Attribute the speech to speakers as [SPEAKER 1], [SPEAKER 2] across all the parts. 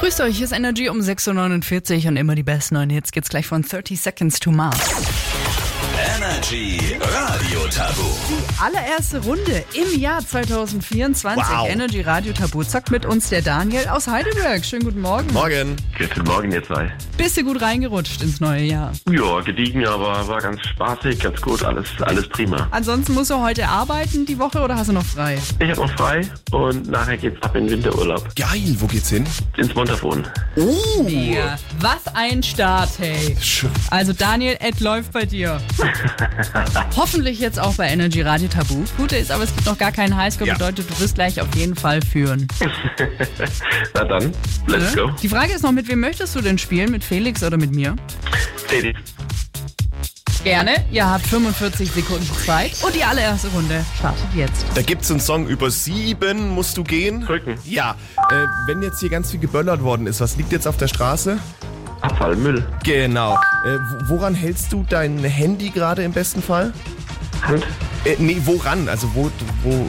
[SPEAKER 1] Grüßt euch, hier ist Energy um 6.49 Uhr und immer die besten neuen Hits. Geht's gleich von 30 Seconds to Mars.
[SPEAKER 2] Energy Radio Tabu.
[SPEAKER 1] Allererste Runde im Jahr 2024.
[SPEAKER 3] Wow.
[SPEAKER 1] Energy Radio Tabu. Zockt mit uns der Daniel aus Heidelberg. Schönen guten Morgen.
[SPEAKER 3] Morgen.
[SPEAKER 4] Guten Morgen, ihr zwei.
[SPEAKER 1] Bist du gut reingerutscht ins neue Jahr?
[SPEAKER 4] Ja, gediegen, aber war ganz spaßig, ganz gut, alles, alles prima.
[SPEAKER 1] Ansonsten musst du heute arbeiten die Woche oder hast du noch frei?
[SPEAKER 4] Ich hab noch frei und nachher geht's ab in den Winterurlaub.
[SPEAKER 3] Geil, wo geht's hin?
[SPEAKER 4] Ins Montafon.
[SPEAKER 3] Oh,
[SPEAKER 1] Ja. Was ein Start, hey.
[SPEAKER 3] schön.
[SPEAKER 1] Also Daniel, Ed läuft bei dir. Hoffentlich jetzt auch bei Energy Radio Tabu. Gute ist aber, es gibt noch gar keinen Highscore,
[SPEAKER 3] Ja.
[SPEAKER 1] bedeutet, du wirst gleich auf jeden Fall führen.
[SPEAKER 4] Na dann, let's go.
[SPEAKER 1] Die Frage ist noch, mit wem möchtest du denn spielen? Mit Felix oder mit mir?
[SPEAKER 4] Teddy.
[SPEAKER 1] Gerne. Ihr habt 45 Sekunden Zeit und die allererste Runde startet jetzt.
[SPEAKER 3] Da gibt's einen Song über sieben, musst du gehen?
[SPEAKER 4] Brücken.
[SPEAKER 3] Ja. Äh, wenn jetzt hier ganz viel geböllert worden ist, was liegt jetzt auf der Straße?
[SPEAKER 4] Abfall, Müll,
[SPEAKER 3] Genau. Äh, wo- woran hältst du dein Handy gerade im besten Fall?
[SPEAKER 4] Hand.
[SPEAKER 3] Äh, nee, woran? Also wo, wo,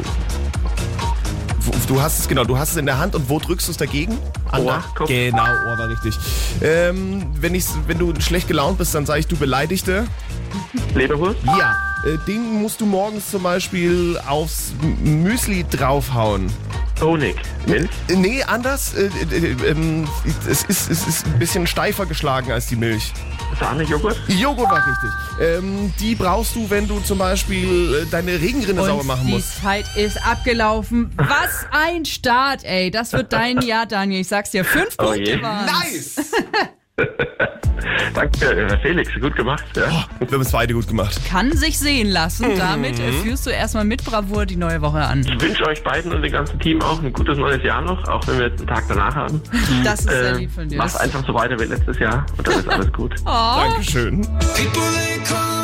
[SPEAKER 3] wo... Du hast es, genau, du hast es in der Hand und wo drückst du es dagegen? An
[SPEAKER 4] Ohr,
[SPEAKER 3] der-
[SPEAKER 4] Kopf.
[SPEAKER 3] Genau, Ohr war richtig. Ähm, wenn, ich's, wenn du schlecht gelaunt bist, dann sage ich, du Beleidigte.
[SPEAKER 4] Leberwurst?
[SPEAKER 3] Ja, äh, Ding musst du morgens zum Beispiel aufs M- Müsli draufhauen.
[SPEAKER 4] Honig. Milch?
[SPEAKER 3] Äh, Nee, anders. Äh, äh, äh, ähm, es, ist, es ist ein bisschen steifer geschlagen als die Milch.
[SPEAKER 4] Sahnejoghurt?
[SPEAKER 3] Joghurt war richtig. Ähm, die brauchst du, wenn du zum Beispiel äh, deine Regenrinne sauber machen
[SPEAKER 1] die
[SPEAKER 3] musst.
[SPEAKER 1] Zeit ist abgelaufen. Was ein Start, ey. Das wird dein Jahr, Daniel. Ich sag's dir, fünf
[SPEAKER 4] Oh
[SPEAKER 1] Punkte
[SPEAKER 4] je.
[SPEAKER 1] waren's.
[SPEAKER 3] Nice!
[SPEAKER 4] Danke, äh, Felix, gut gemacht, ja.
[SPEAKER 1] Oh.
[SPEAKER 3] Wir haben es beide gut gemacht.
[SPEAKER 1] Kann sich sehen lassen. Damit
[SPEAKER 4] Mhm.
[SPEAKER 1] äh, führst du erstmal mit Bravour die neue Woche an.
[SPEAKER 4] Ich wünsche euch beiden und dem ganzen Team auch ein gutes neues Jahr noch, auch wenn wir jetzt einen Tag danach haben.
[SPEAKER 1] Das ist sehr
[SPEAKER 4] Äh,
[SPEAKER 1] lieb von dir.
[SPEAKER 4] macht einfach so weiter wie letztes Jahr und dann ist alles gut.
[SPEAKER 1] Oh.
[SPEAKER 3] Dankeschön.
[SPEAKER 2] People they call